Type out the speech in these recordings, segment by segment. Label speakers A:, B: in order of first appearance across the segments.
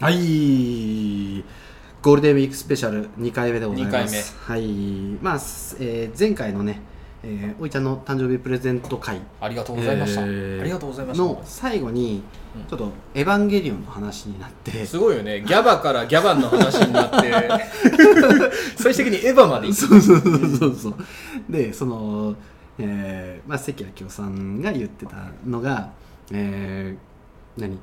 A: はいゴールデンウィークスペシャル2回目でございますはいまあ、すえー前回のねお、えー、おいちゃんの誕生日プレゼント会
B: ありがとうございました、
A: えー
B: ありがとうございま
A: の
B: し
A: 最後に
B: うん
A: ちょっと「エヴァンゲリオン」の話になって
B: たすごいよねギャバからギャバンの話になって 最終的にエヴァまで行
A: そうそうそうそうそうでその、えーまあ、関明夫さんが言ってたのが、えー、何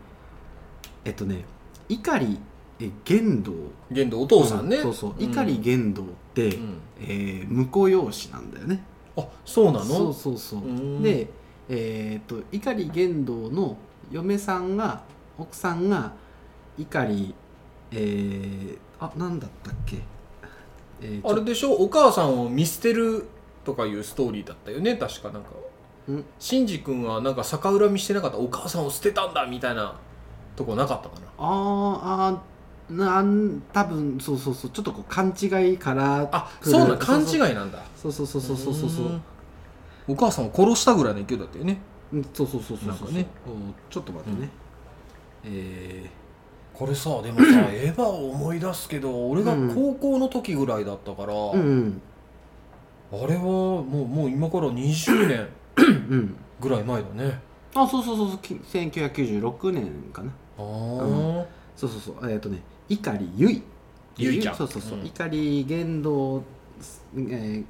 A: えっとね碇え玄道
B: く玄度お父さんね、
A: そうそう
B: うん
A: 碇玄道って、
B: うん
A: えー婿養子なんだよね
B: あそうなの
A: そうそうそう
B: うーん
A: でえーっと碇玄道の嫁さんが奥さんが碇えー、あなんだったっけ、えーちょ
B: あれでしょお母さんを見捨てるとかいうストーリーだったよね確かなんか
A: ん
B: シンジ君はなんか逆恨みしてなかったお母さんを捨てたんだみたいなとこなかったかな
A: あーあーなん多分そうそうそうちょっとこう勘違いから
B: あ
A: 来る
B: そうなん勘違
A: そう
B: いなんだ
A: そうそうそうそうそうそうそう
B: うんお母さんを殺したぐらいの勢いだったよね
A: うんそうそうそうそう
B: なんかね
A: うんちょっと待ってね、え
B: これ さでもさエヴァを思い出すけど俺が
A: うん
B: 高校の時ぐらいだったから、
A: ー、うん
B: あれはもうもう今から20年
A: うんうん
B: ぐらい前だね
A: あそうそうそうそうき1996年かな
B: ああ、
A: んそうそうそうえっ、とね碇ゆい
B: ゆいちゃん
A: そうそうそう
B: うん
A: 碇玄道え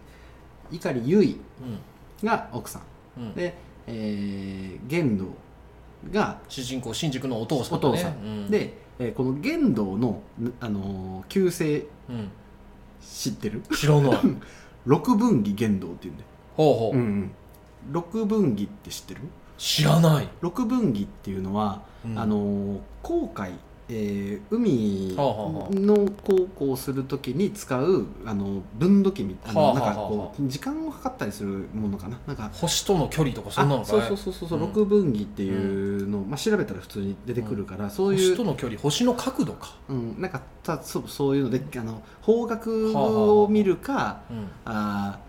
A: ー碇ゆい
B: うん
A: が奥さん
B: うん
A: で、えー、玄道が
B: 主人公新宿のお父さんだ
A: お
B: ね
A: 父さん
B: うん、
A: で、えーこの玄道の、ぬあのー旧姓
B: うん、
A: 知ってる
B: 知らない ほう
A: 六分岐玄道って言うんだよ、
B: ほう、
A: ん、六分岐って知ってる
B: 知らない、
A: 六分岐っていうのは、
B: うん
A: あのー航海、えー海
B: はあはあはあ
A: の航行をするときに使うあの分度器みたいな,、
B: はあはあは
A: な
B: あ
A: んかこう時間を測ったりするものかななんか
B: 星との距離とかそんなの
A: あ
B: か
A: そう
B: い
A: そうそうそうそう
B: うん
A: 六分岐っていうのを、まあ、調べたら普通に出てくるから、そういう
B: 星との距離星の角度か、
A: うん、なんかたそうそういうのであの方角を見るか、
B: うん、
A: あ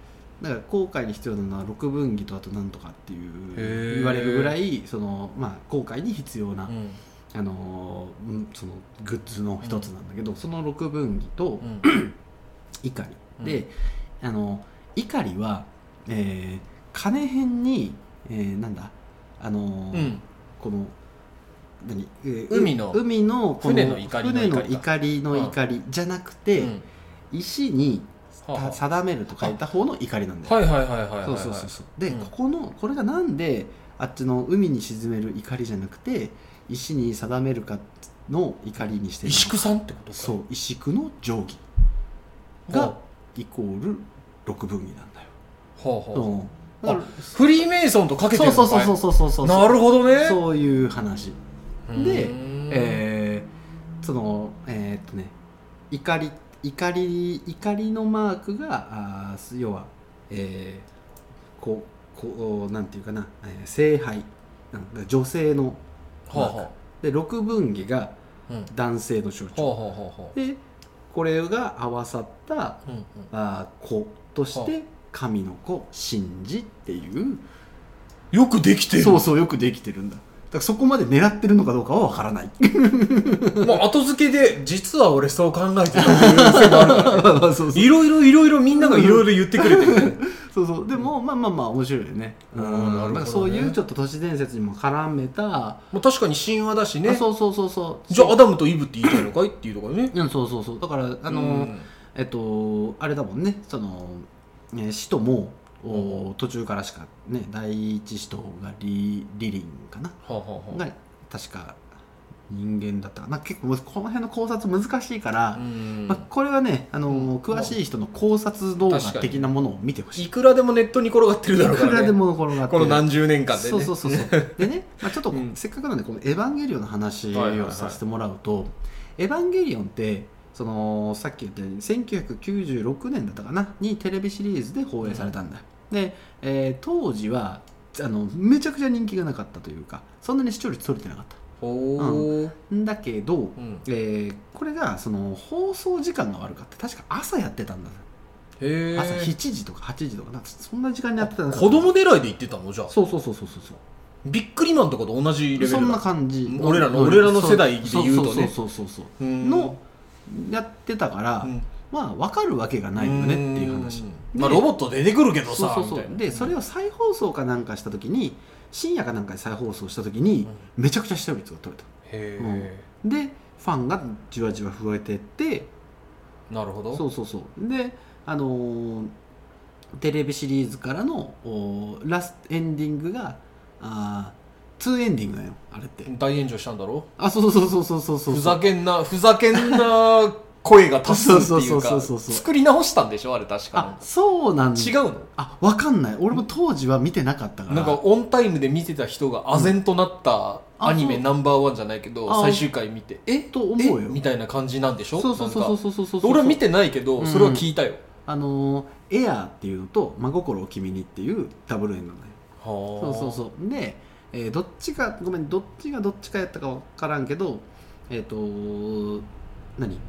A: ーなんか航海に必要なのは六分岐とあとなんとかってい
B: へ
A: う
B: ー
A: 言われるぐらいその、まあ、航海に必要な、
B: うん
A: あのーうんそのグッズの一つなんだけど、その六分岐と
B: うん
A: 碇、
B: うん
A: であの碇は、えー金辺に、えーなんだあのー
B: うん、
A: この何、えー
B: 海の
A: 海のこ
B: 船の怒りの怒
A: 船
B: りか
A: の怒りの怒りじゃなくて、
B: うん
A: 石に
B: はあはあ
A: た定めると書いた方の怒りなんだよ、
B: はいはいはいはいはいはい
A: そうそうそうそうで、
B: うん
A: ここのこれがなんであっちの海に沈める怒りじゃなくて石に定めるかの怒りにしてる
B: 石工さんってことか
A: そう石工の定規
B: は
A: がイコール六分岐なんだよ、
B: あはあはあ
A: うんだから
B: フリーメイソンとかけてる
A: そう
B: のか
A: そ
B: いう
A: そうそうそうそうそう
B: なるほどね
A: そういう話で
B: うーん
A: えーそのえーっとね怒り怒り怒りのマークがあーす要は、えーこうこうなんていうかな、えー聖杯なんか女性の
B: はあは
A: で六分岐が
B: あ、うん、は
A: 男性の象
B: あはあ
A: 徴
B: はあはあ
A: でこれが合わさった
B: うんうん
A: あー子とし
B: は
A: て神の子神事っていう
B: よくできてる
A: そうそうよくできてるんだだからそこまで狙ってるのかどうかはわから ない
B: もう後付けで実は俺そう考えてたっていう癖がある からね
A: そうそう
B: いろいろいろいろみんながいろいろ言ってくれてる
A: そうそうでも、まあまあまあ面白いよね
B: うん
A: うん
B: なるほどね
A: なんかそういうちょっと都市伝説にも絡めた、
B: もう確かに神話だしね
A: あそうそうそうそう
B: じゃあアダムとイブって言いたいのかいっていうところね
A: うんそうそうそうだからあの、
B: うん
A: えっとあれだもんねその、えー使徒もお途中からしかね第一使徒がリリリンかな
B: はあはあはあ
A: が確か人間だったかな結構この辺の考察難しいから、
B: うん
A: まあ、これはねあの、
B: うん
A: 詳しい人の考察動画
B: 確かに
A: 的なものを見てほしい
B: いくらでもネットに転がってるだろう
A: い
B: から、
A: く
B: ね、
A: らでも転がって
B: この何十年間でね
A: そうそうそうそうで ね、まあ、ちょっと
B: うん
A: せっかくなんでこの「エヴァンゲリオン」の話
B: はいはいは
A: を
B: い
A: させてもらうと「エヴァンゲリオン」ってそのさっき言ったように1996年だったかなにテレビシリーズで放映されたんだ、で、えー当時はあのめちゃくちゃ人気がなかったというかそんなに視聴率取れてなかった
B: ほー
A: んだけど、
B: うん
A: えーこれがその放送時間が悪かった確か朝やってたんだ
B: へえ
A: 朝7時とか8時とかなんかそんな時間にやってたんだ
B: 子供狙いで行ってたのじゃあ
A: そうそうそうそうそうそう
B: ビックリマンとかと同じレベルだ
A: そんな感じ
B: 俺らの
A: うん
B: 俺らの世代で言うとね
A: そうそうそうそうそう
B: う
A: そうんのやってたから、
B: うん
A: まあ分かるわけがないよねっていう話
B: うんまあロボット出てくるけど
A: そう
B: さ
A: そうそう
B: みたいな
A: でそれを再放送かなんかした時に深夜かなんかで再放送した時にめちゃくちゃ視聴率が取れた
B: へ
A: でファンがじわじわ増えてって
B: えなるほど
A: そうそうそうであのーテレビシリーズからのおーラストエンディングがあー2エンディングだよあれって
B: 大炎上したんだろ
A: あそうそうそうそうそうそうそう
B: ふざけんなふざけんな声が多数ってい
A: そううそ
B: か
A: うそうそう
B: 作り直したんでしょあれ確
A: あ
B: か
A: そうなんだ
B: 違うの
A: あわかんない俺も当時は見てなかったから
B: なんかオンタイムで見てた人が唖然となった
A: うん
B: アニ
A: あ
B: メ
A: そう
B: ナンバーワンじゃないけど
A: あ
B: 最終回見てえ
A: と思うよ
B: えみたいな感じなんでしょ
A: そうそうそうそう
B: なんか
A: そうそうそう
B: 俺は見てないけ
A: う
B: ど
A: ん
B: それは聞いたよ
A: あのーエアーっていうのと「真心を君に」っていうダブルエンドなのよ
B: そ
A: そうそうそうで、えーどっちかごめんどっちがどっちかやったか分からんけどえっ、と何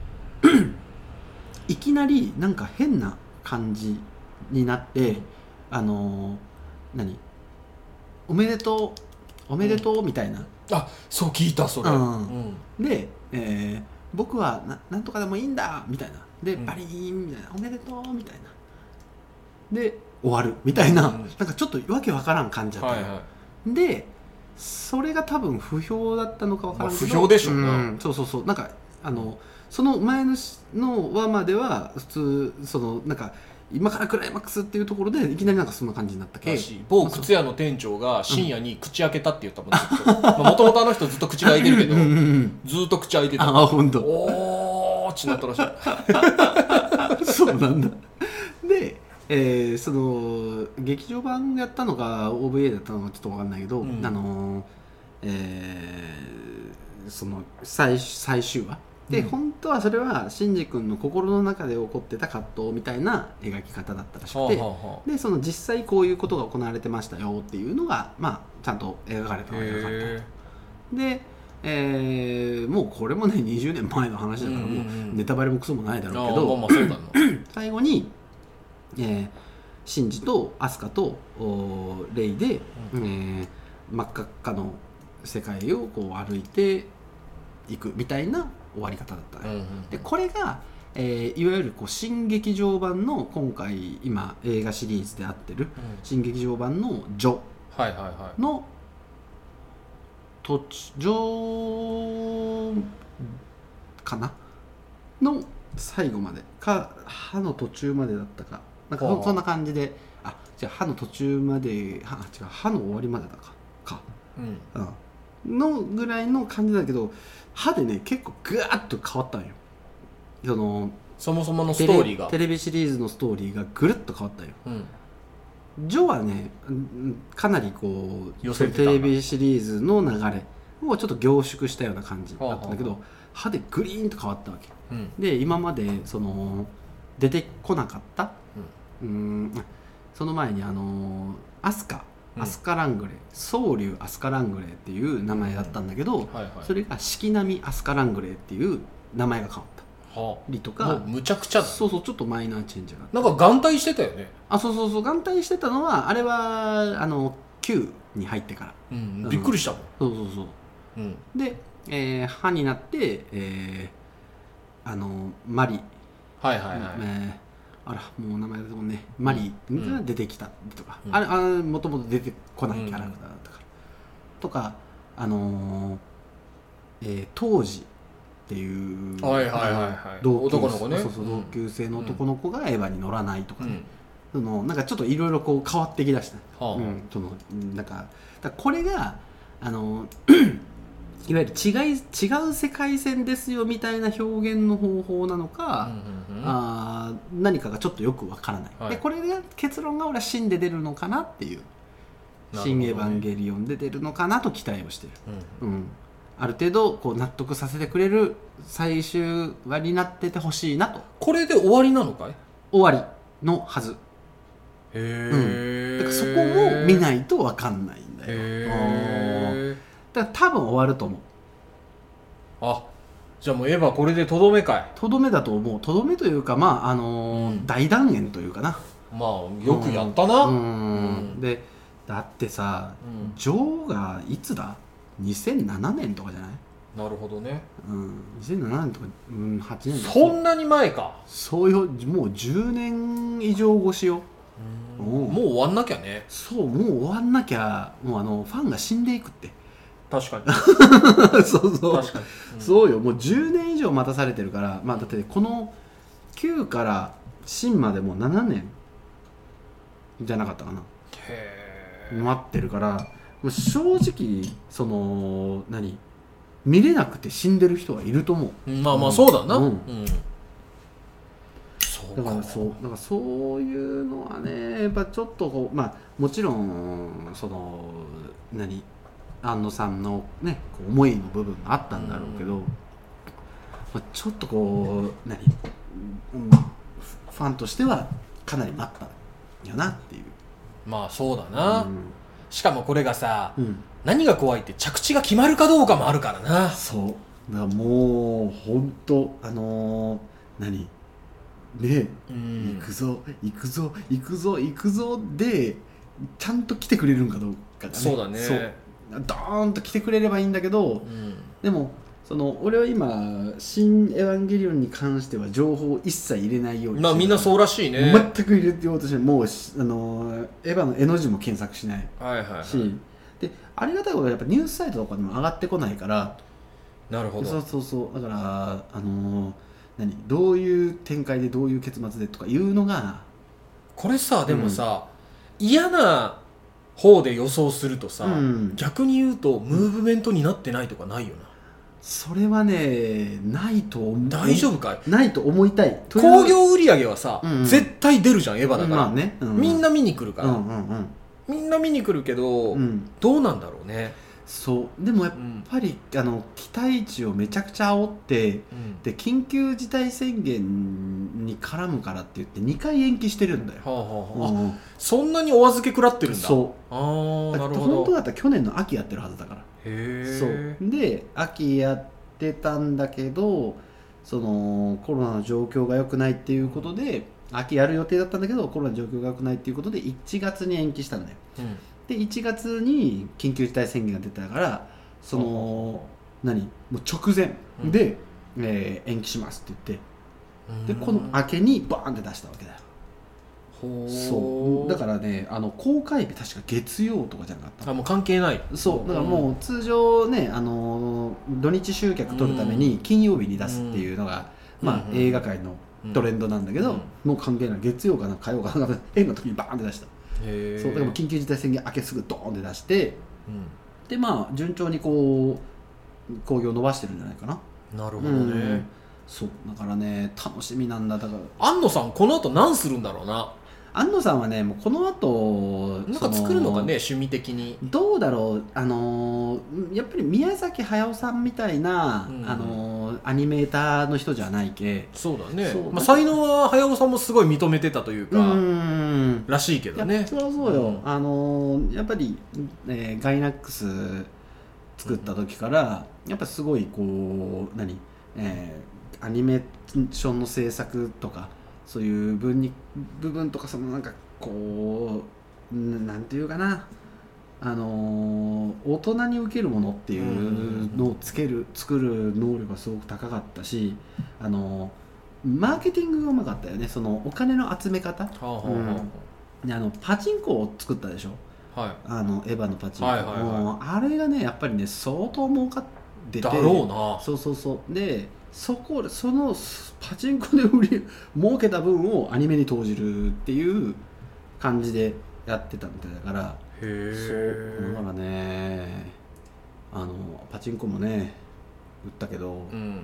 A: いきなりなんか変な感じになってあのー何おめでとうおめでとうみたいな、
B: あそう聞いたそれ
A: うん
B: うん
A: で、えー僕はななんとかでもいいんだみたいなで
B: うん
A: バリーンみたいな、おめでとうみたいなで終わるみたいな、
B: うん
A: なんかちょっとわけわからん感じだった
B: は
A: の
B: い
A: よ、
B: はい
A: でそれが多分不評だったのかわからんけど、
B: まあ不評でしょうな
A: うんそうそうそうなんかあのその前のしの話までは普通そのなんか今からクライマックスっていうところでいきなりなんかそんな感じになったけ
B: だし某靴屋の店長が深夜に口開けたって言ったも んもともとあの人ずっと口が開いてるけど
A: うんうんうん
B: ずっと口開いてた
A: ああ本当
B: おーっちなったらし い
A: そうなんだ。で、えーその劇場版やったのか OVA だったのかちょっと分かんないけど、
B: うん
A: あのーえーその最最終話で、
B: うん
A: 本当はそれはシンジ君の心の中で起こってた葛藤みたいな描き方だったらしくて、
B: はあは
A: でその実際こういうことが行われてましたよっていうのが、まあ、ちゃんと描かれ
B: あ
A: た
B: はあ
A: のがよかった
B: へ
A: で、えーもうこれもね20年前の話だから、もう
B: え
A: ネタバレもクソもないだ
B: あ
A: ろうけ
B: ー
A: ど
B: まあまあそうだな
A: 最後に、えーシンジとアスカとおーレイで、
B: う
A: えー真っ赤っかの世界をこう歩いていくみたいな終わり方だったね、
B: うんうん
A: でこれが、えーいわゆるこう新劇場版の今回今映画シリーズであってる
B: うん
A: 新劇場版の「ジョ
B: はいはいは」い
A: の途中「ジョ」かなの最後までか歯の途中までだったかなんか
B: は
A: そ
B: あ
A: そんな感じであじゃ歯の途中まではあ違う歯の終わりまでだかか、
B: うん
A: うん、のぐらいの感じだけど歯でね結構グワッと変わったんよその
B: そもそものス
A: テ
B: ト
A: レ
B: ーリーが
A: テレビシリーズのストーリーがぐるっと変わったんよ
B: うん
A: ジョはねうんかなりこう
B: 寄せてたん
A: テ
B: だ
A: レビシリーズの流れをちょっと凝縮したような感じだったんだけど、
B: は
A: 歯でグリーンと変わったわけ
B: うん
A: で今までその出てこなかった、うーん、その前にあのアスカ
B: うん
A: アスカラングレー、ソウリュウアスカラングレーっていう名前だったんだけど、
B: はいはい
A: それが四季並みアスカラングレーっていう名前が変わった
B: は
A: りと
B: あもう
A: か
B: むちゃくちゃだ
A: そうそうちょっとマイナーチェンジがあった
B: なんか眼帯してたよね
A: あそうそうそう眼帯してたのはあれはあの Q に入ってから
B: うんびっくりしたもん
A: そうそうそう
B: うん
A: で、えー歯になって、えーあのマリ
B: はいはいはい
A: えーあらもう名前だもんねマリーが出てきたりとか、
B: うん
A: あれあれもともと出てこないキャラクターだったから、とかあのーえー当時っていう、
B: はいはいはいはい
A: 同級
B: 男の子ね
A: そうそう
B: うん
A: 同級生の男の子がエヴァに乗らないとか
B: う
A: ね、
B: ん
A: そのなんかちょっといろいろこう変わってきだした、
B: は
A: う
B: あ
A: ん、そのなんかだからこれがあの いわゆる違い違う世界線ですよみたいな表現の方法なのか、
B: うんうんうん
A: あー何かがちょっとよくわからない、
B: はい
A: でこれが結論が俺は新で出るのかなっていう「
B: なるほどね
A: 新エヴァンゲリオン」で出るのかなと期待をしてる、
B: うん
A: うん、ある程度こう納得させてくれる最終話になっててほしいなと
B: これで終わりなのかいへ
A: 終わりのはず
B: え
A: だからそこも見ないとわかんないんだよ、うん
B: へえ
A: だから多分終わると思う
B: あじゃあもうエヴァこれでとどめかい
A: とどめだと思うとどめというかまああのー
B: うん
A: 大断言というかな
B: まあよくやったな
A: う
B: うん
A: ん、
B: うん
A: でだってさ
B: うん
A: ジョーがいつだ2007年とかじゃない
B: なるほどね
A: うん2007年とか、うん、8年とか
B: そんなに前か
A: そうよもう10年以上越しよ
B: うん
A: おう
B: もう終わんなきゃね
A: そうもう終わんなきゃもうあのファンが死んでいくって
B: 確かに
A: そうそう
B: 確かに、うん
A: そうよもう10年以上待たされてるからまあだってこの9から新までもう7年じゃなかったかな
B: へえ
A: 待ってるからもう正直その何見れなくて死んでる人はいると思う
B: まあまあそうだな
A: う
B: うんん、そう
A: だ
B: か
A: からそうだからそういうのはねやっぱちょっとこうまあもちろんその何安野さんのねこう思いの部分があったんだろうけど、
B: うん
A: まあ、ちょっとこう何、うん、ファンとしてはかなり待ったんやなっていう。
B: まあそうだな、
A: うん
B: しかもこれがさ
A: うん
B: 何が怖いって着地が決まるかどうかもあるからな
A: そうだからもう本当あのー何ね
B: う
A: 行
B: ん
A: くぞ行くぞ行くぞ行くぞでちゃんと来てくれるんかどうかがね
B: そうだね
A: そうドーンと来てくれればいいんだけど
B: うん
A: でもその俺は今「新エヴァンゲリオン」に関しては情報を一切入れないように
B: まあみんなそううらしいね、
A: 全く入れてようとしてないもうしあのーエヴァの絵の字も検索しない
B: はいはい、はい、
A: し、でありがたいことはやっぱニュースサイトとかにも上がってこないから
B: なるほ
A: そう
B: ど
A: そうそうだからあのー何どういう展開でどういう結末でとかいうのが
B: これさでもさ、嫌な方で予想するとさ、
A: うん
B: 逆に言うとムーブメントになってないとかないよな、
A: それはねないと思う
B: 大丈夫かい
A: ないと思いたいという
B: 興行売り上げはさ、
A: うんうん
B: 絶対出るじゃんエヴァだから、
A: まあね、う
B: みんな見に来るから、
A: うんうんうん
B: みんな見に来るけど、
A: うん
B: どうなんだろうね、
A: そうでもやっ
B: うん
A: ぱりあの期待値をめちゃくちゃ煽ってで緊急事態宣言に絡むからって言って2回延期してるんだよ
B: は、あはあはあ、
A: うん
B: そんなにお預け食らってるんだ
A: そ
B: あ
A: う
B: ーなるほ
A: 本当
B: どへ
A: だったら去年の秋やってるはずだからそう
B: え
A: で秋やってたんだけどそのコロナの状況が良くないっていうことで秋やる予定だったんだけどコロナの状況が良くないっていうことで1月に延期したんだよ
B: うん
A: で1月に緊急事態宣言が出たからその何もう直前
B: うん
A: で、えー延期しますって言ってでこの明けにバーンって出したわけだよ
B: ほ
A: そうだかららねあの公開日確か月曜とかじゃなかった
B: あもう関係ない
A: そうだからもう通常ね、あのー土日集客取るために金曜日に出すっていうのが、
B: うん
A: まあ、
B: うん
A: 映画界のトレンドなんだけど、
B: うん
A: もう関係ない月曜かな火曜かな円の時にバーンって出した、
B: うんへえ
A: そうだからもう緊急事態宣言明けすぐドーンって出して
B: うん
A: でまあ順調にこう興行伸ばしてるんじゃないかな
B: なるほど
A: う
B: ね
A: んそうだからね楽しみなんだだから
B: 安野さんこの後何するんだろうな
A: 安野さんはねもうこの後
B: なん
A: そ
B: か作るのかね趣味的に
A: どうだろう、あのーやっぱり宮崎駿さんみたいな、
B: うん
A: あのーアニメーターの人じゃないけ
B: そうだね
A: そう
B: まあ才能は早尾さんもすごい認めてたという
A: う
B: か
A: ーん
B: らしいけ
A: い
B: ど
A: や
B: ね
A: そりゃそうよ、
B: うん
A: あのーやっぱり、えーガイナックス作った時から、やっぱすごいこう何、えーアニメーションの制作とかそういう分に部分とかそのなんかこううんなんていうかなあのー大人に受けるものっていうのをつける作る能力がすごく高かったしあのーマーケティングがうまかったよねそのお金の集め方
B: はあはあ
A: うんであのパチンコを作ったでしょ
B: はあは
A: あのエヴァのパチンコ、
B: はいはいはい
A: もうあれがねやっぱりね相当儲かってて
B: いだろうな
A: そうそうそうでそこそのパチンコで売り 儲けた分をアニメに投じるっていう感じでやってたみたいだから
B: へ
A: そうだか
B: え
A: らねあのパチンコもね売ったけど、
B: うん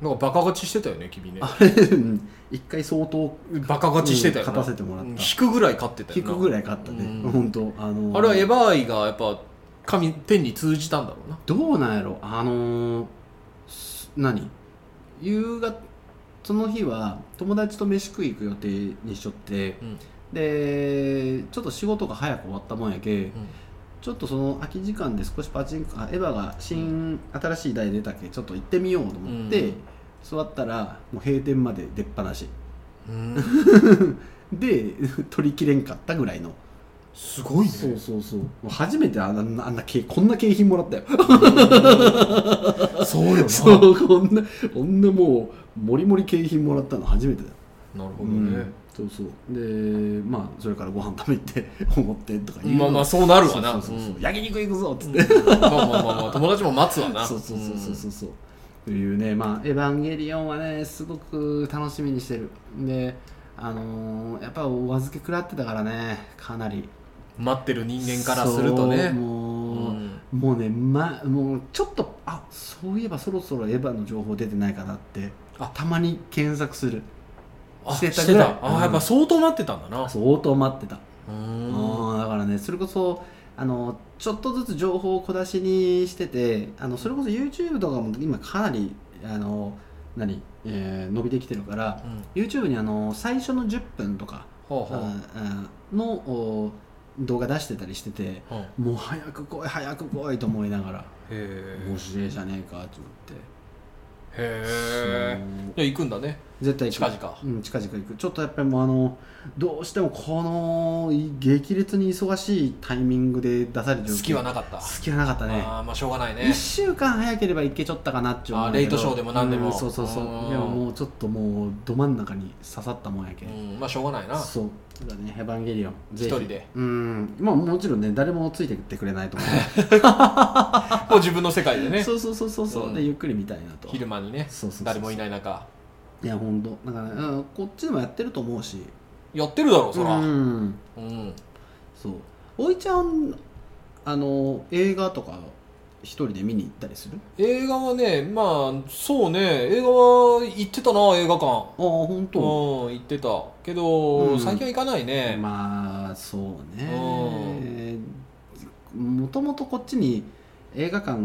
B: なんかバカ勝ちしてたよね君ね
A: あれうん 一回相当
B: バカ勝ちしてたよな
A: うん勝たせてもらった
B: うん引くぐらい勝ってた
A: 引
B: よな
A: くぐらい買ったね、
B: うん
A: 本当あの
B: あれはエヴァ愛がやっぱ神天に通じたんだろうな
A: どうなんやろあのーす何夕方その日は友達と飯食い行く予定にしとって
B: うん
A: でちょっと仕事が早く終わったもんやけちょっとその空き時間で少しパチンコあエヴァが新新しい台出たけちょっと行ってみようと思って、
B: うん
A: 座ったらもう閉店まで出っ放し
B: うん
A: で取りきれんかったぐらいの
B: すごいね
A: そうそうそうもう初めてあんなあんな景こんな景品もらったよ
B: そうよ な
A: そうこんなこんなもうもりもり景品もらったの初めてだよ
B: なるほど
A: う
B: ね
A: ん、そうそうでまあそれからご飯食べに行って 思ってとか言う
B: まあまあ
A: そ
B: そうなる
A: う
B: わな
A: そうそうそう
B: うん
A: 焼肉行くぞっつって、
B: まあまあまあまあ友達も待つわな
A: そうそうそうそうそうそうというねまあ「エヴァンゲリオン」はねすごく楽しみにしてるであのーやっぱお預け食らってたからねかなり
B: うん待ってる人間からすると
A: そう
B: ね
A: もう、
B: うん
A: もうね、ま、もうちょっとあそういえばそろそろエヴァの情報出てないかなって
B: あ
A: たまに検索する
B: あ
A: してた
B: してた
A: うん
B: あやっぱ相当待ってたんだな
A: 相当待ってた
B: うーん
A: うんだからねそれこそあのちょっとずつ情報を小出しにしててあのそれこそ YouTube とかも今かなりあの何、えー伸びてきてるから
B: うん
A: YouTube にあの最初の10分とか、
B: ほう
A: あ
B: ほ
A: あのお動画出してたりしてて
B: ううんへ
A: もう早く来い早く来いと思いながら面
B: え
A: 白いじゃねえかと思って。
B: へえ
A: そう
B: いや行くんだね
A: 絶対
B: 近
A: 行く
B: 々
A: うん、近々行くちょっとやっぱりもうあのどうしてもこのい激烈に忙しいタイミングで出される状況
B: 好きはなかった
A: 好きはなかったね
B: ああまあしょうがないね
A: 1週間早ければ行けちょったかなって思う
B: あ
A: ん
B: ー
A: だけ
B: レ
A: ど
B: イトショーでも何でも
A: うんそうそうそう
B: うん
A: でももうちょっともうど真ん中に刺さったもんやけ、
B: うんまあしょうがないな
A: そうだね「エヴァンゲリオン」
B: 一
A: ぜひ
B: 人で
A: うんまあもちろんね誰もついてってくれないと思
B: もう自分の世界で
A: う、ね、
B: ね
A: そうそうそうそうそう、
B: うん
A: でゆっくり見たいなと
B: 昼間にね
A: そうそうそう
B: 誰もいない中
A: いや本当だから、うん、こっちでもやってると思うし
B: やってるだろそら
A: うん
B: うん
A: そうおいちゃんあの映画とか一人で見に行ったりする
B: 映画はねまあそうね映画は行ってたな映画館
A: ああ本
B: うん
A: 当
B: 行ってたけ
A: う
B: ど
A: ん
B: 最近は行かないね
A: まあそうねもともとこっちに映画館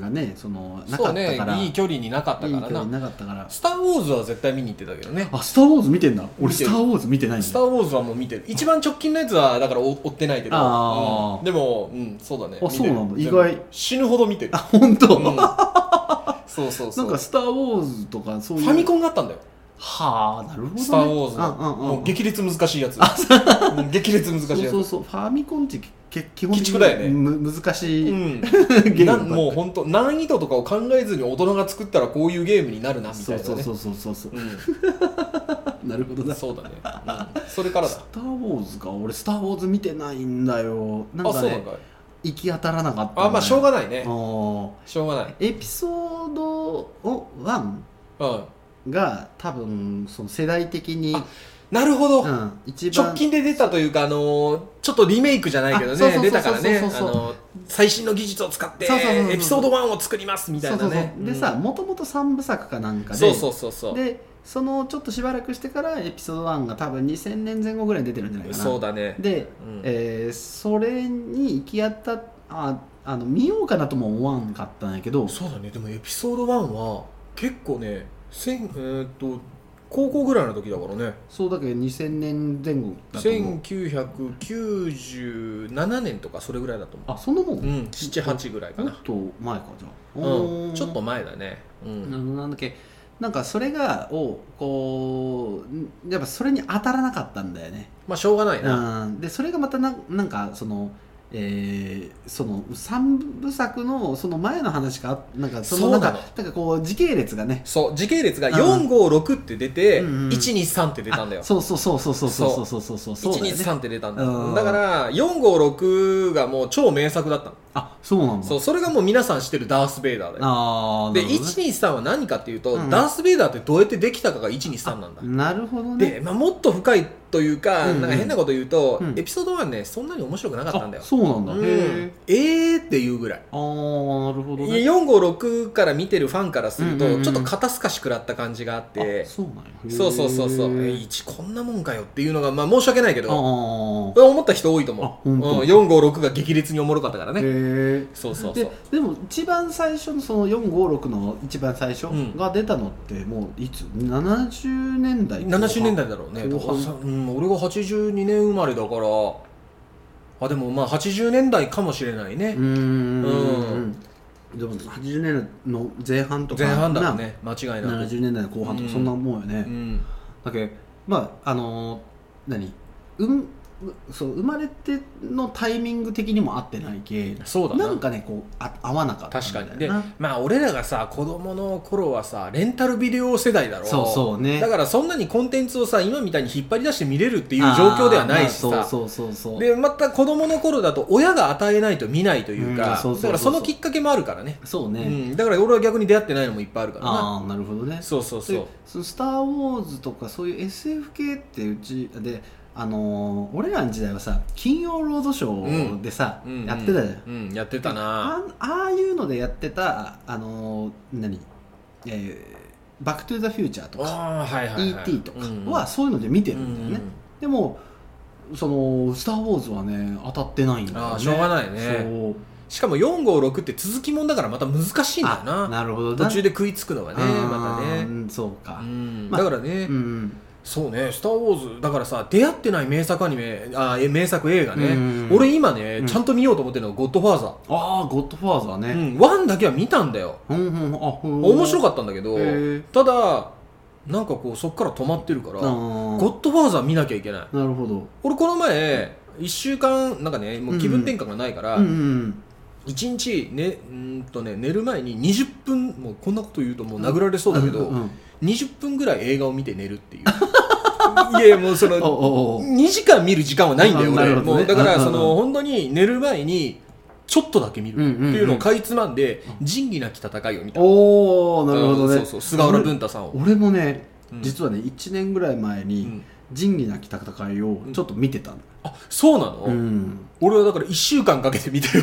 A: がねそのな
B: そ
A: か
B: う
A: った
B: ね
A: から
B: いい距離になかった
A: いい
B: か
A: 距離
B: らな
A: なかったから
B: 「スター・ウォーズ」は絶対見に行ってたけどね
A: あスター・ウォーズ見てんだ俺
B: 見
A: ス
B: てる
A: ター・ウォーズ見てないんだ
B: スター・ウォーズはもう見てる一番直近のやつはだから追追ってないけど
A: あー
B: うんでもうんそうだね
A: あ
B: 見てる
A: そうなんだ
B: 全部
A: 意外
B: 死ぬほど見てる
A: あ本当、
B: うんそうそう
A: な
B: そ
A: ん
B: う
A: か「スター・ウォーズ」とかそういう
B: ファミコンがあったんだよ
A: はあなるほど、
B: 「
A: ね、
B: スター・ウォーズ」
A: うんうん
B: の
A: うん
B: もう激烈難しいやつもう激烈難しいやつ
A: そうそうそうファミコンってけ基本的
B: 鬼畜だよね
A: にむ難しい、
B: うん
A: ゲーム
B: な
A: ばっかり
B: もう本当難易度とかを考えずに大人が作ったらこういうゲームになるなみた
A: そ
B: いうなね
A: そうそうそうそうそう
B: う
A: なるほど
B: ん
A: な
B: そうだね、うんそれからだ
A: スター・ウォーズか俺スター・ウォーズ見てないんだよなん
B: あ
A: か
B: そうなん
A: ね
B: かい
A: 行き当たらなかったんだよ
B: あまあしょうがないね
A: あ
B: しょうがない、
A: ーエピソード1
B: うん、
A: が多分その世代的に、
B: あなるほど、
A: うん、一番
B: 直近で出たというか、あのーちょっとリメイクじゃないけど
A: あそうそう
B: ね
A: そう
B: 出たからね、あ
A: そうそうそう
B: のー最新の技術を使って
A: そうそうそうそう
B: エピソード1を作りますみたい
A: そ
B: な
A: うそう
B: ね
A: そうでさもともと3部作かなんか
B: うん
A: で
B: そうそうそうそう
A: でそのちょっとしばらくしてからエピソード1が多分2000年前後ぐらいに出てるんじゃないかな
B: そうだね、
A: で、
B: うん
A: えーそれに行き当たああの見ようかなとも思わんかったんやけど
B: そうだねでもエピソード1は結構ねせんえーっと高校ぐらいの時だからね
A: そうだけど2000年前後だと思う
B: 1997年とかそれぐらいだと思
A: あそんなもん、
B: う、うん、78ぐらいか
A: もっ
B: な、
A: と前かじゃあ、
B: うん、ちょっと
A: 前、
B: 前だね、うん、
A: うんなんだっけなんかそれがをこうんやっぱそれに当たらなかったんだよね、
B: まあしょうがないな、
A: うん、でそれがまたななんかそのえーその3部作のその前の話かなんかその
B: そう
A: な
B: なんの
A: かなんかこう時系列がね
B: そう時系列が
A: うん
B: 456って出て、
A: うんうん
B: 123って出たんだよ
A: あそうそうそうそうそうそうそうそうそうそうだよね
B: 123って出たんだ
A: う
B: よ
A: ん
B: だから456がもう超名作だったの
A: あそうなんだ
B: そうそれがもう皆さん知ってるダース・ベイダーだよ
A: ああ
B: で123は何かっていうと、
A: うん
B: ダース・ベイダーってどうやってできたかが123なんだ
A: なるほどね
B: で、まあ、もっと深いというか,、
A: うんうん
B: なんか変なこと言うと、
A: うん
B: エピソード1ねそんなに面白くなかったんだよ
A: あそうなんだ、
B: うん、
A: へ
B: え
A: え
B: ーっていうぐらい
A: ああなるほどね
B: 456から見てるファンからすると、
A: うんうんうん
B: ちょっと肩透かし食らった感じがあって
A: あそうなんやへえ
B: そうそうそうそうえ
A: あ
B: 1こんなもんかよっていうのが、まあ、申し訳ないけ
A: あ
B: ど
A: ー
B: これ思った人多いと
A: あ
B: 思う、う
A: 本
B: ん、
A: 当
B: 456が激烈におもろかったからね
A: へえ
B: そうそうそう
A: ででも一番最初のその456の一番最初
B: うん
A: が出たのってもういつ70年代
B: 70年代だろうね
A: 後半
B: だからうん、俺が82年生まれだからあでもまあ80年代かもしれないね
A: うー、んうんでも80年代の前半とか
B: 前半だろうね間違い
A: な
B: なく、
A: 70年代の後半とかそんなもんよね、
B: うん、
A: だけどまああのー何うんそう生まれてのタイミング的にも合ってないけ
B: そうだな
A: なんかねこうあ合わなかった
B: 確か
A: ん
B: に
A: だ
B: で
A: よな
B: まあ俺らがさ子供の頃はさレンタルビデオ世代だろ
A: そうそうね
B: だからそんなにコンテンツをさ今みたいに引っ張り出して見れるっていう状況ではないしさ、
A: あーまあそうそうそうそう
B: でまた子供の頃だと親が与えないと見ないという
A: うん
B: か、
A: そうそうそうそう
B: だからそのきっかけもあるからね
A: そうね、
B: うん、だから俺は逆に出会ってないのもいっぱいあるからな
A: ああなるほどね
B: そうそうそう
A: でそのスター・ウォーズ」とかそういう SF 系ってうちであのー俺らの時代はさ金曜ロードショーでさ、
B: うんうん
A: やってたじゃん、
B: うんやってたな
A: あああいうのでやってたあのー何、えーバック・トゥ・ザ・フューチャー」とか
B: あーはいはい、はい、
A: E.T. とか
B: うん
A: はそういうので見てるんだよね、でもその「スター・ウォーズ」はね当たってないんだよね
B: あーしょうがないね
A: そう
B: しかも456って続きもんだからまた難しいんだよ
A: あ
B: な
A: なるほど
B: 途中
A: で
B: で食いつくのがねまたね
A: そう
B: う
A: か、
B: ん
A: まあ
B: だからね、
A: うん
B: そうね「スター・ウォーズ」だからさ出会ってない名作アニメあえ名作映画ね、
A: うん
B: 俺今ね、
A: うん
B: ちゃんと見ようと思ってるのが「ゴッドファーザー」
A: ああゴッドファーザー
B: う
A: ね、
B: ん、1だけは見たんだよ
A: うんうん、あ
B: 面白
A: かっ
B: かったんだけど
A: へー
B: ただなんかこうそっから止まってるから「
A: あー
B: ゴッドファーザー」見なきゃいけない
A: なるほど
B: 俺この前1週間なんかねもう気分転換がないから、
A: うんうん
B: 1日、ね、うーんとね寝る前に20分もうこんなこと言うともう殴られそうだけど、
A: んん
B: 20分ぐらい映画を見て寝るっていう いやもうそ
A: お
B: の
A: おお
B: 2時間見る時間はないんだよ
A: あな
B: 俺
A: るほど
B: も
A: ね
B: うだから
A: うんうん
B: そ
A: うん
B: の本当に寝る前にちょっとだけ見る
A: うん
B: っ
A: うん
B: て
A: うん
B: いうのをかいつまんで仁義なき戦いを見た
A: おおなるほどね、
B: そうそう菅原文太さんを、
A: 俺もね、
B: うん
A: 実はね1年ぐらい前
B: う
A: に
B: ん
A: 「仁義なき戦い」をちょっと見てたの
B: あそうなの、
A: うん、
B: 俺はだから1週間かけて見た よ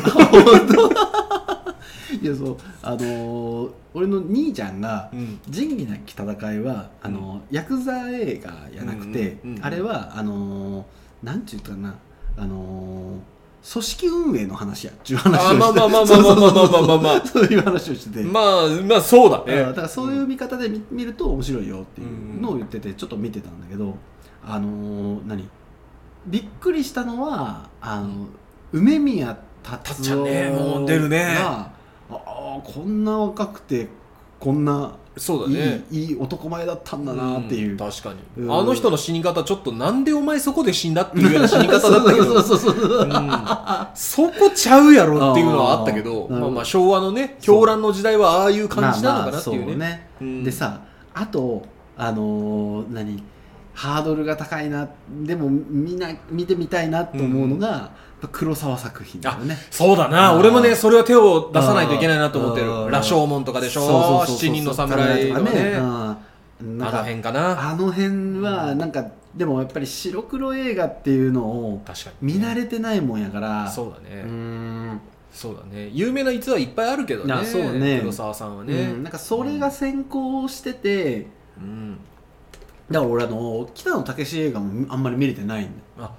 A: いやそうあのー俺の兄ちゃんが
B: うん
A: 「仁義なき戦いは」あのーヤクザ映画やなくて、
B: うんうんうんうん
A: あれはあのーなんて言うかなあのー組織運営の話やっちゅう話をして
B: あまあまあまあまあまあまあまあまあまあまあ
A: そういう話をしてて、
B: まあまあそうだ
A: うんだ
B: ね
A: からそういう見方で見,、見ると面白いよっていうのを言っててちょっと見てたんだけどあのー何びっくりしたのはあの梅宮達夫
B: 達也ねもう出るね
A: がああこんな若くてこんな
B: そうだ
A: いい,、
B: ね
A: いい男前だったんだなっていう、
B: ん確かに、
A: うん
B: あの人の死に方ちょっとなんでお前そこで死んだっていうような死に方だ ったけど
A: そうそうそうそう
B: うんそこちゃうやろっていうのはあったけど
A: あーなるほど
B: まあまあ昭和のね狂乱の時代はああいう感じなのかなっていうね,うん、
A: まあまあそうねでさあとあのー何ハードルが高いなでもみんな見てみたいなと思うのが、やっぱ黒沢作品だよね
B: そうだな
A: あー
B: 俺もねそれは手を出さないといけないなと思ってる
A: あー
B: 羅生門とかでしょ
A: そうそうそうそう
B: 七人の侍とかねあ
A: うんなん
B: の
A: か
B: 辺かな
A: あの辺はなんかでもやっぱり白黒映画っていうのを
B: 確かに
A: 見慣れてないもんやから
B: そうだ
A: う
B: ね、
A: ん
B: そうだね有名な逸話いっぱいあるけど
A: あ
B: ね
A: そうね
B: 黒沢さんはね、
A: うんなんかそれが先行してて、
B: うん
A: だから俺あの北野武映画もあんまり見れてないんだよ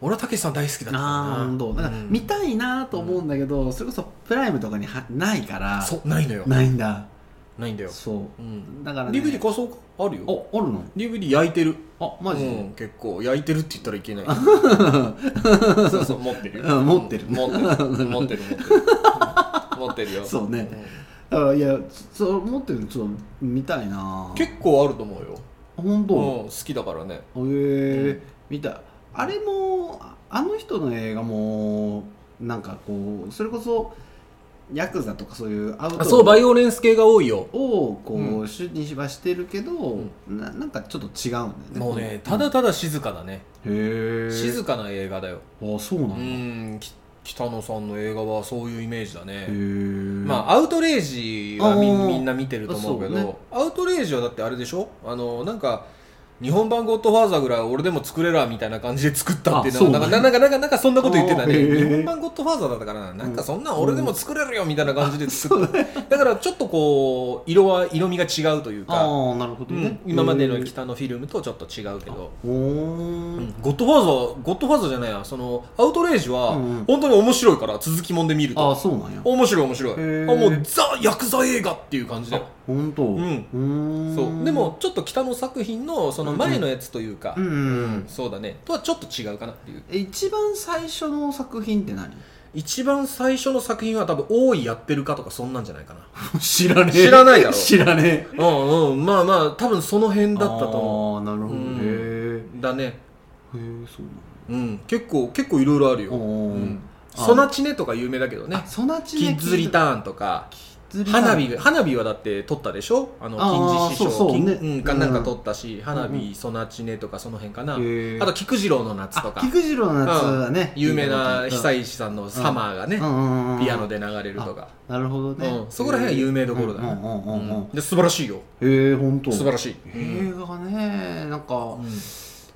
B: 俺はたけしさん大好きだったから
A: あー
B: な
A: 本当だから
B: うん
A: 見たいなと思うんだけど、それこそプライムとかにはないから
B: そうないのよ
A: ないんだ
B: ないんだよ、
A: そ
B: うん
A: うだから、ね、
B: DVD こそあるよ
A: おあるの
B: DVD 焼いてる
A: あマジで、
B: うん結構焼いてるって言ったらいけないそうそう持ってる
A: うん持ってる
B: うん持ってる持ってる持ってるうん持ってるよ
A: そうね
B: ん
A: あいやそう持ってるのちょっと見たいな
B: 結構あると思うよ
A: あ本
B: うん
A: 当
B: 好きだからね
A: へ、えー見たあれもああの人の映画もなんかこうそれこそヤクザとかそういうアウトロー
B: そうバイオレンス系が多いよ
A: をこう、
B: う
A: 主にはしてるけど、ななんかちょっと違うんだよね
B: もうねただただ静かだね
A: へえ
B: 静かな映画だよ
A: あそうなん
B: う
A: だ、
B: んき北野さんの映画はそういうイメージだね
A: へー
B: まあアウトレイジはみ
A: あー
B: みんな見てると思うけど
A: あそうね
B: アウトレイジはだってあれでしょあのなんか日本版「ゴッドファーザー」ぐらい俺でも作れらみたいな感じで作ったっていう
A: あそう
B: の
A: な
B: は
A: ん
B: なん
A: だ
B: かなんかなんかなんかそんなこと言ってたね
A: あーへー
B: 日本版「ゴッドファーザー」だったからななんかそんなん俺でも作れるよみたいな感じで作った、だからちょっとこう色は色味が違うというか、
A: ああなるほど
B: うん
A: ね、
B: 今までの
A: へ
B: 北のフィルムとちょっと違うけど。
A: ーおー
B: うんゴッドファーザー、ゴッドファーザーじゃないや、その、アウトレイジは
A: うんうん、
B: 本当に面白いから、続きもんで見ると。
A: ああそうなんや
B: 面白い面白い
A: へー
B: あもうザ・ヤクザ映画っていう感じだよ
A: 本当
B: う
A: うんーん
B: そうでもちょっと北の作品のその前のやつというか、
A: うんうん
B: そうだねとはちょっと違うかなっていう
A: え一番最初の作品って何
B: 一番最初の作品は多分「大いやってるか」とかそんなんじゃないかな
A: 知らねえ
B: 知らないだろ
A: 知らねえ
B: うんうんまあまあ多分その辺だったと思
A: ああなるほど、
B: うん
A: へえ
B: うだね
A: へえそうなんだ
B: うん、結構結構いろいろあるよ、う
A: おー
B: ん、
A: あの
B: ソナチネとか有名だけどね
A: あソナチ
B: キ
A: ネ
B: ッズリターンとか
A: キッズリターン
B: 花火花火はだって取ったでしょあの
A: あー
B: 金獅子
A: そう
B: 賞
A: そう
B: 金
A: ね
B: うんか
A: うん
B: なんか取ったし、花火ソナチネとかその辺かな、
A: へー
B: あと菊次郎の夏と
A: あ
B: か
A: 菊次郎の夏はね、
B: 有名な久石さんの「サマー」がね、ピ
A: ピ
B: アノで流れるとか、
A: なるほどね、
B: うんそこら辺は有名どころだね
A: うんうんうんうんうん
B: で素晴らしいよ
A: へえ本当
B: 素晴らしい、
A: 映画がねなんか、
B: うん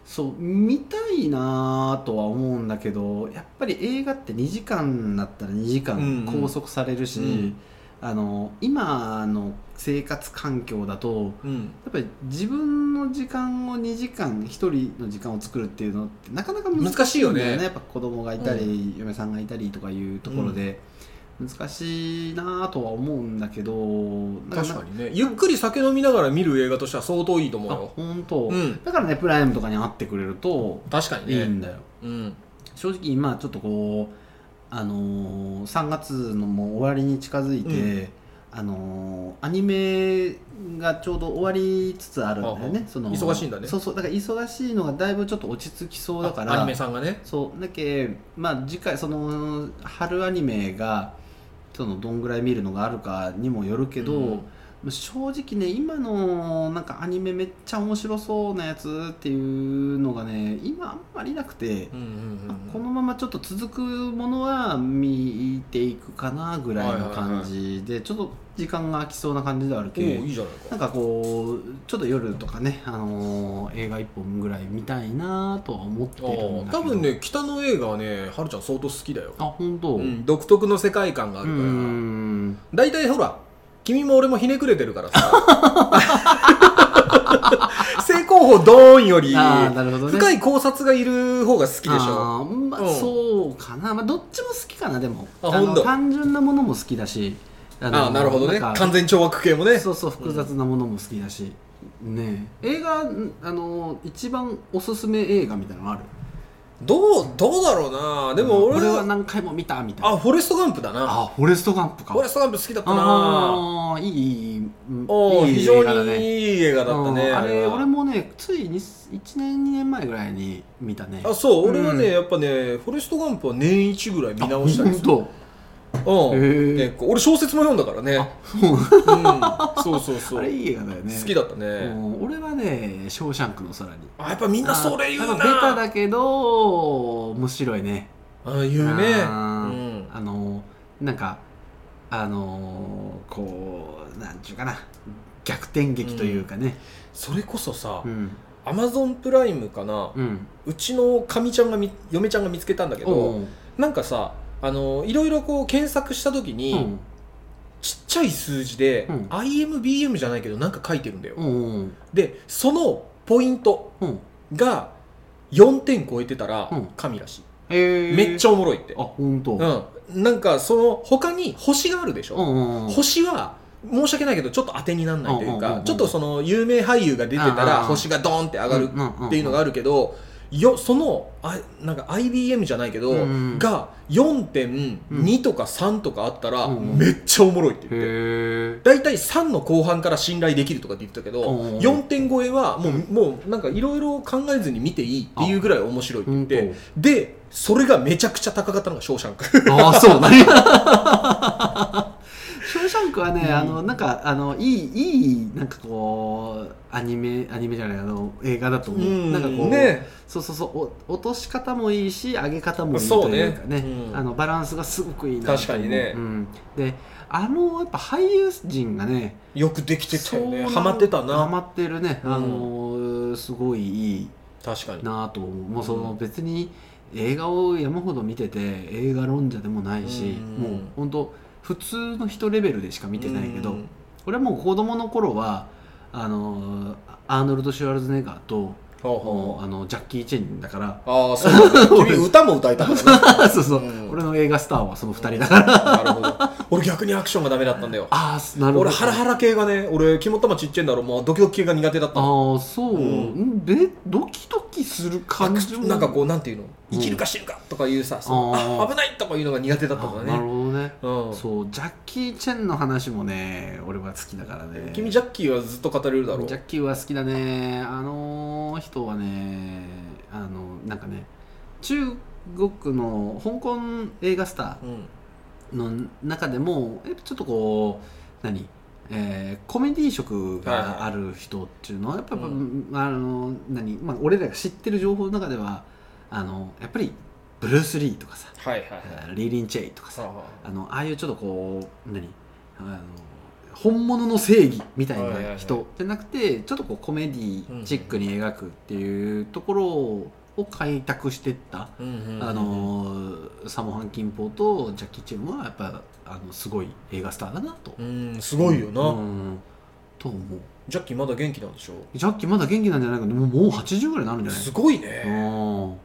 A: そう見たいなとは思うんだけどやっぱり映画って2時間だったら2時
B: うん
A: 間
B: うん
A: 拘束されるし、
B: うん
A: あの今の生活環境だと
B: うん
A: やっぱり自分の時間を2時間1人の時間を作るっていうのってなかなか難
B: 難
A: し
B: し
A: い
B: い
A: よ
B: よ
A: ね
B: ね
A: やっぱ子供がいたり、嫁さんがいたりとかいうところで、難しいなとは思うんだけどなん
B: 確かにねゆっくり酒飲みながら見る映画としては相当いいと思う
A: あ
B: よ
A: 本当、
B: うん
A: だからねプライムとかに会ってくれると
B: 確か
A: い
B: に
A: い
B: ね
A: んだよ、
B: うん
A: 正直今ちょっとこうあのー、3月のもう終わりに近づいて、
B: う
A: あのー、アニメがちょうど終わりつつあるんだよ
B: あ
A: ね
B: あ
A: その
B: 忙しいんだね
A: そうそうだから忙しいのがだいぶちょっと落ち着きそうだから
B: アニメさんがね
A: そうだけまあ次回その春アニメがそのどんぐらい見るのがあるかにもよるけど、正直ね今のなんかアニメめっちゃ面白そうなやつっていうのがね今あんまりなくて、
B: うんうんうん
A: ま
B: うん
A: あこのままちょっと続くものは見ていくかなぐらいの感じで、ちょっと時間が空きそうな感じではある
B: お
A: けど
B: おいいじゃない
A: な
B: か
A: んかこうちょっと夜とかね、あのー映画1本ぐらい見たいなとは思って
B: あ
A: るんだけ
B: ー
A: ど
B: 多分ね北の映画はねはるちゃん相当好きだよ、
A: あ本当
B: うん、独特の世界観があ
A: う
B: るから
A: ん
B: 大体ほら君も俺もひねくれてるから さ正攻法ドーンより
A: ああなるほどね
B: 深い考察がいる方が好きでしょ
A: あーまあ
B: うん
A: そうかな、まあ、どっちも好きかなでも
B: あ
A: の
B: ほんと
A: 単純なものも好きだしあの
B: ああなるほどね
A: なんか
B: 完全懲悪系もね
A: そうそう複雑なものも好きだし、ねえ映画んあの一番おすすめ映画みたいなのある
B: どうどうだろうなでも俺
A: これ
B: は
A: は何回も見たみたいな
B: あフォレストガンプだな
A: あフォレストガンプか
B: フォレストガンプ好きだったな
A: ああいいいいうん
B: おお
A: いい
B: 非
A: 映画
B: 常
A: だ
B: に
A: ね
B: いい映画だったね
A: うんあれ
B: は
A: 俺もねついに1年2年前ぐらいに見たね
B: あそう俺はね、
A: うん
B: やっぱねフォレストガンプは年一ぐらい見直したりする
A: 本
B: う
A: へ
B: ん
A: ー
B: 結構俺小説も読んだからねうんそうそう
A: 当
B: そ
A: あ
B: う
A: れいい映画だよね
B: 好きだったね、
A: うん俺はね「ショーシャンクの空に」
B: あやっぱみんなそれ言う
A: あ
B: な
A: ベタだけど面白いね
B: あ言うね
A: あー
B: うん
A: あのなんかあのーこうなんちゅうかな逆転劇というかね
B: それこそさ
A: うん
B: アマゾンプライムかな、
A: う
B: うんちのかみちゃんがみ嫁ちゃんが見つけたんだけ
A: お
B: ど
A: う
B: なんかさあのいろいろこう検索した時に、
A: うん
B: ちっちゃい数字で、
A: うん
B: IMBM じゃないけどなんか書いてるんだよ、
A: うん
B: でそのポイント
A: うん
B: が4点超えてたら、
A: うん
B: 神らしい
A: へえ
B: めっち
A: ゃ
B: ゃおもろいって
A: あ本当
B: うん、なんかその他に星があるでしょ、
A: うんうん
B: 星は申し訳ないけどちょっと当てにならないという
A: うんうんうん
B: か
A: うん
B: ちょっとその有名俳優が出てた
A: うんうん
B: ら
A: うん
B: 星がドーンって上がるっていうのが
A: あ
B: あるけどよそのあなんか IBM じゃないけど
A: うん
B: が4.2とか3とかあったら
A: うん
B: めっちゃおもろいって言って。
A: へえ
B: 大体3の後半から信頼できるとかって言ってたけど
A: うんうんうん
B: 4.5超えはもう,、もうなんかいろいろ考えずに見ていいっていうぐらい面白いって言ってでそれがめちゃくちゃ高かったのが「ショーシャンク」
A: ああそう何ショーシャンクはね、
B: うん
A: あのなんかあのいいいいなんかこうアニメアニメじゃないあの映画だと思う、なんかこう、
B: ね
A: そうそうそうお落とし方もいいし上げ方もいい
B: そ
A: と
B: うね
A: いうかね
B: うん
A: あのバランスがすごくいいなと思う
B: 確かにね
A: うん、であのやっぱ俳優陣がね
B: よくできてたよね
A: そう
B: ハマってた
A: ハ
B: な
A: マってるね、あのすごいいい
B: 確かに
A: なと思うもうその別に映画を山ほど見てて映画論者でもないし、
B: うん
A: もう本当普通の人レベルでしか見てないけど、
B: うん
A: 俺はもう子供の頃はあのアーノルド・シュワルツェネッガーと、
B: ほうほう
A: あのジャッキー・チェンだ から
B: ああそうだね君歌も歌えたか らね
A: そうそう、
B: うん
A: 俺の映画スターはその2人だから、
B: なるほど俺逆にアクションがダメだったんだよ
A: ああなるほど
B: 俺ハラハラ系がね俺肝っ玉ちっちゃいんだろもうドキドキ系が苦手だったの
A: ああそう、
B: うん
A: でドキドキする感じも
B: なんかこうなんていうの
A: うん
B: 生きるか死ぬかとかいうさその
A: あー
B: あ危ないとかいうのが苦手だったん
A: あ
B: だ
A: なる
B: ね
A: ほどね
B: うん
A: そうジャッキー・チェンの話もね俺は好きだからね
B: 君ジャッキーはずっと語れるだろう
A: ジャッキーは好きだねあの人はねあのなんかね中国の香港映画スタ
B: うん
A: ーの中でもやっぱちょっとこう何えーコメディ色がある人っていうのはやっぱ、
B: う
A: あの何まあ、俺らが知ってる情報の中ではあのやっぱりブルース・リーとかさ
B: はいはいはい
A: リー・リン・チェイとかさ
B: は
A: あのああいうちょっとこう何あの本物の正義みたい
B: はいはいは
A: ない人じゃなくてちょっとこうコメディチックに描くっていうところを開拓してった、
B: あうんうん
A: あのサモハン・キンポーとジャッキー・チェンはやっぱあのすごい映画スターだなと。
B: うんすごいよな、
A: うんと思う
B: ジャッキーまだ元気なんでしょ
A: ジャッキーまだ元気なんじゃないかなもうもう80ぐらいになるんじゃない
B: すごいね、
A: うん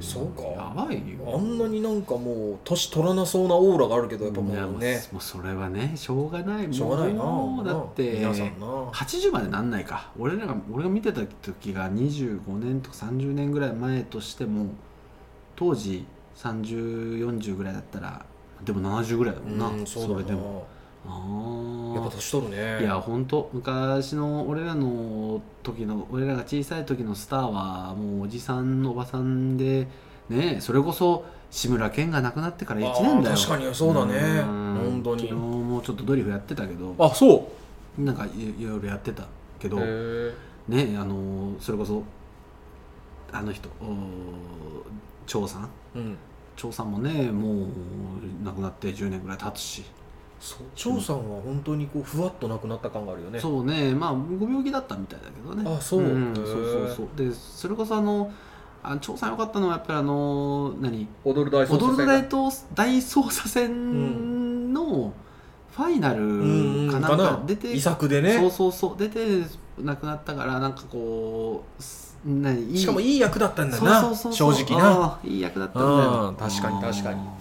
B: そうか
A: やばいよ
B: あんなになんかもう年取らなそうなオーラがあるけどやっぱ
A: いや
B: もうね
A: もうそれはねしょうがないも
B: しょうがないな
A: もうだって
B: 皆さんな
A: 80までなんないか俺らが俺が見てた時が25年とか30年ぐらい前としても当時3040ぐらいだったらでも70ぐらいだもんな、
B: うんそうだ
A: れでも
B: もやっ
A: あ
B: ぱ年取るね
A: あいや本当昔の俺らの時の俺らが小さい時のスターはもうおじさんおばさんでねそれこそ志村けんが亡くなってから1年だよ
B: あー確かにそうだね
A: ん
B: 本当
A: 昨
B: に
A: 日もちょっとドリフやってたけど
B: あそ
A: なんかいいろいろやってたけ
B: う
A: ど、
B: へえ
A: ねあのーそれこそあの人おー張さん
B: うん
A: 張さんもねもう亡くなって10年ぐらい経つし、
B: そう張さんは本当にこうふわっとなくなった感があるよね
A: そうねまあご病気だったみたいだけどね
B: あそうんへ
A: そう
B: ー
A: そうそうでそれこそあのあ張さん良かったのはやっぱりあのー何
B: 踊る大
A: 「踊る
B: 大
A: 大と大捜査線」のファイナルかなんか出て
B: 遺作で
A: そう
B: ね
A: そうそう出て亡くなったからなんかこうす何いい
B: しかもいい役だったんだ
A: そうそ
B: な
A: うそう
B: 正
A: そう
B: 直な
A: あーいい役だったんだ
B: うん
A: よ
B: 確かに確かに
A: あ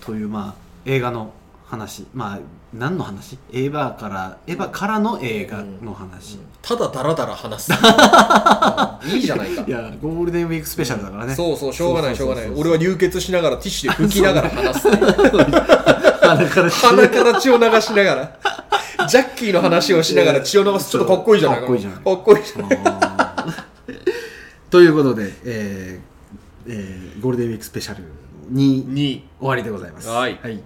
A: ーというまあ映画の話まあ何の話エヴァからエヴァからの映画の話、
B: ただダラダラ話すうん いいじゃないか
A: いやゴールデンウィークスペシャルだからね、
B: そうそうしょうがないし
A: そ
B: ょ
A: う
B: う
A: そう
B: が
A: そう
B: な
A: そう
B: い俺は流血しながらティッシュで拭きなが ら話すっていう
A: 鼻から血
B: 鼻から血を流し ながらジャッキーの話をしながら血を流すちょっとかっこいいじゃない
A: かっこいいじゃない
B: かっこいいじゃない
A: あー ということで、えーえーゴールデンウィークスペシャルに
B: 2
A: 終わりでございます
B: はい
A: はい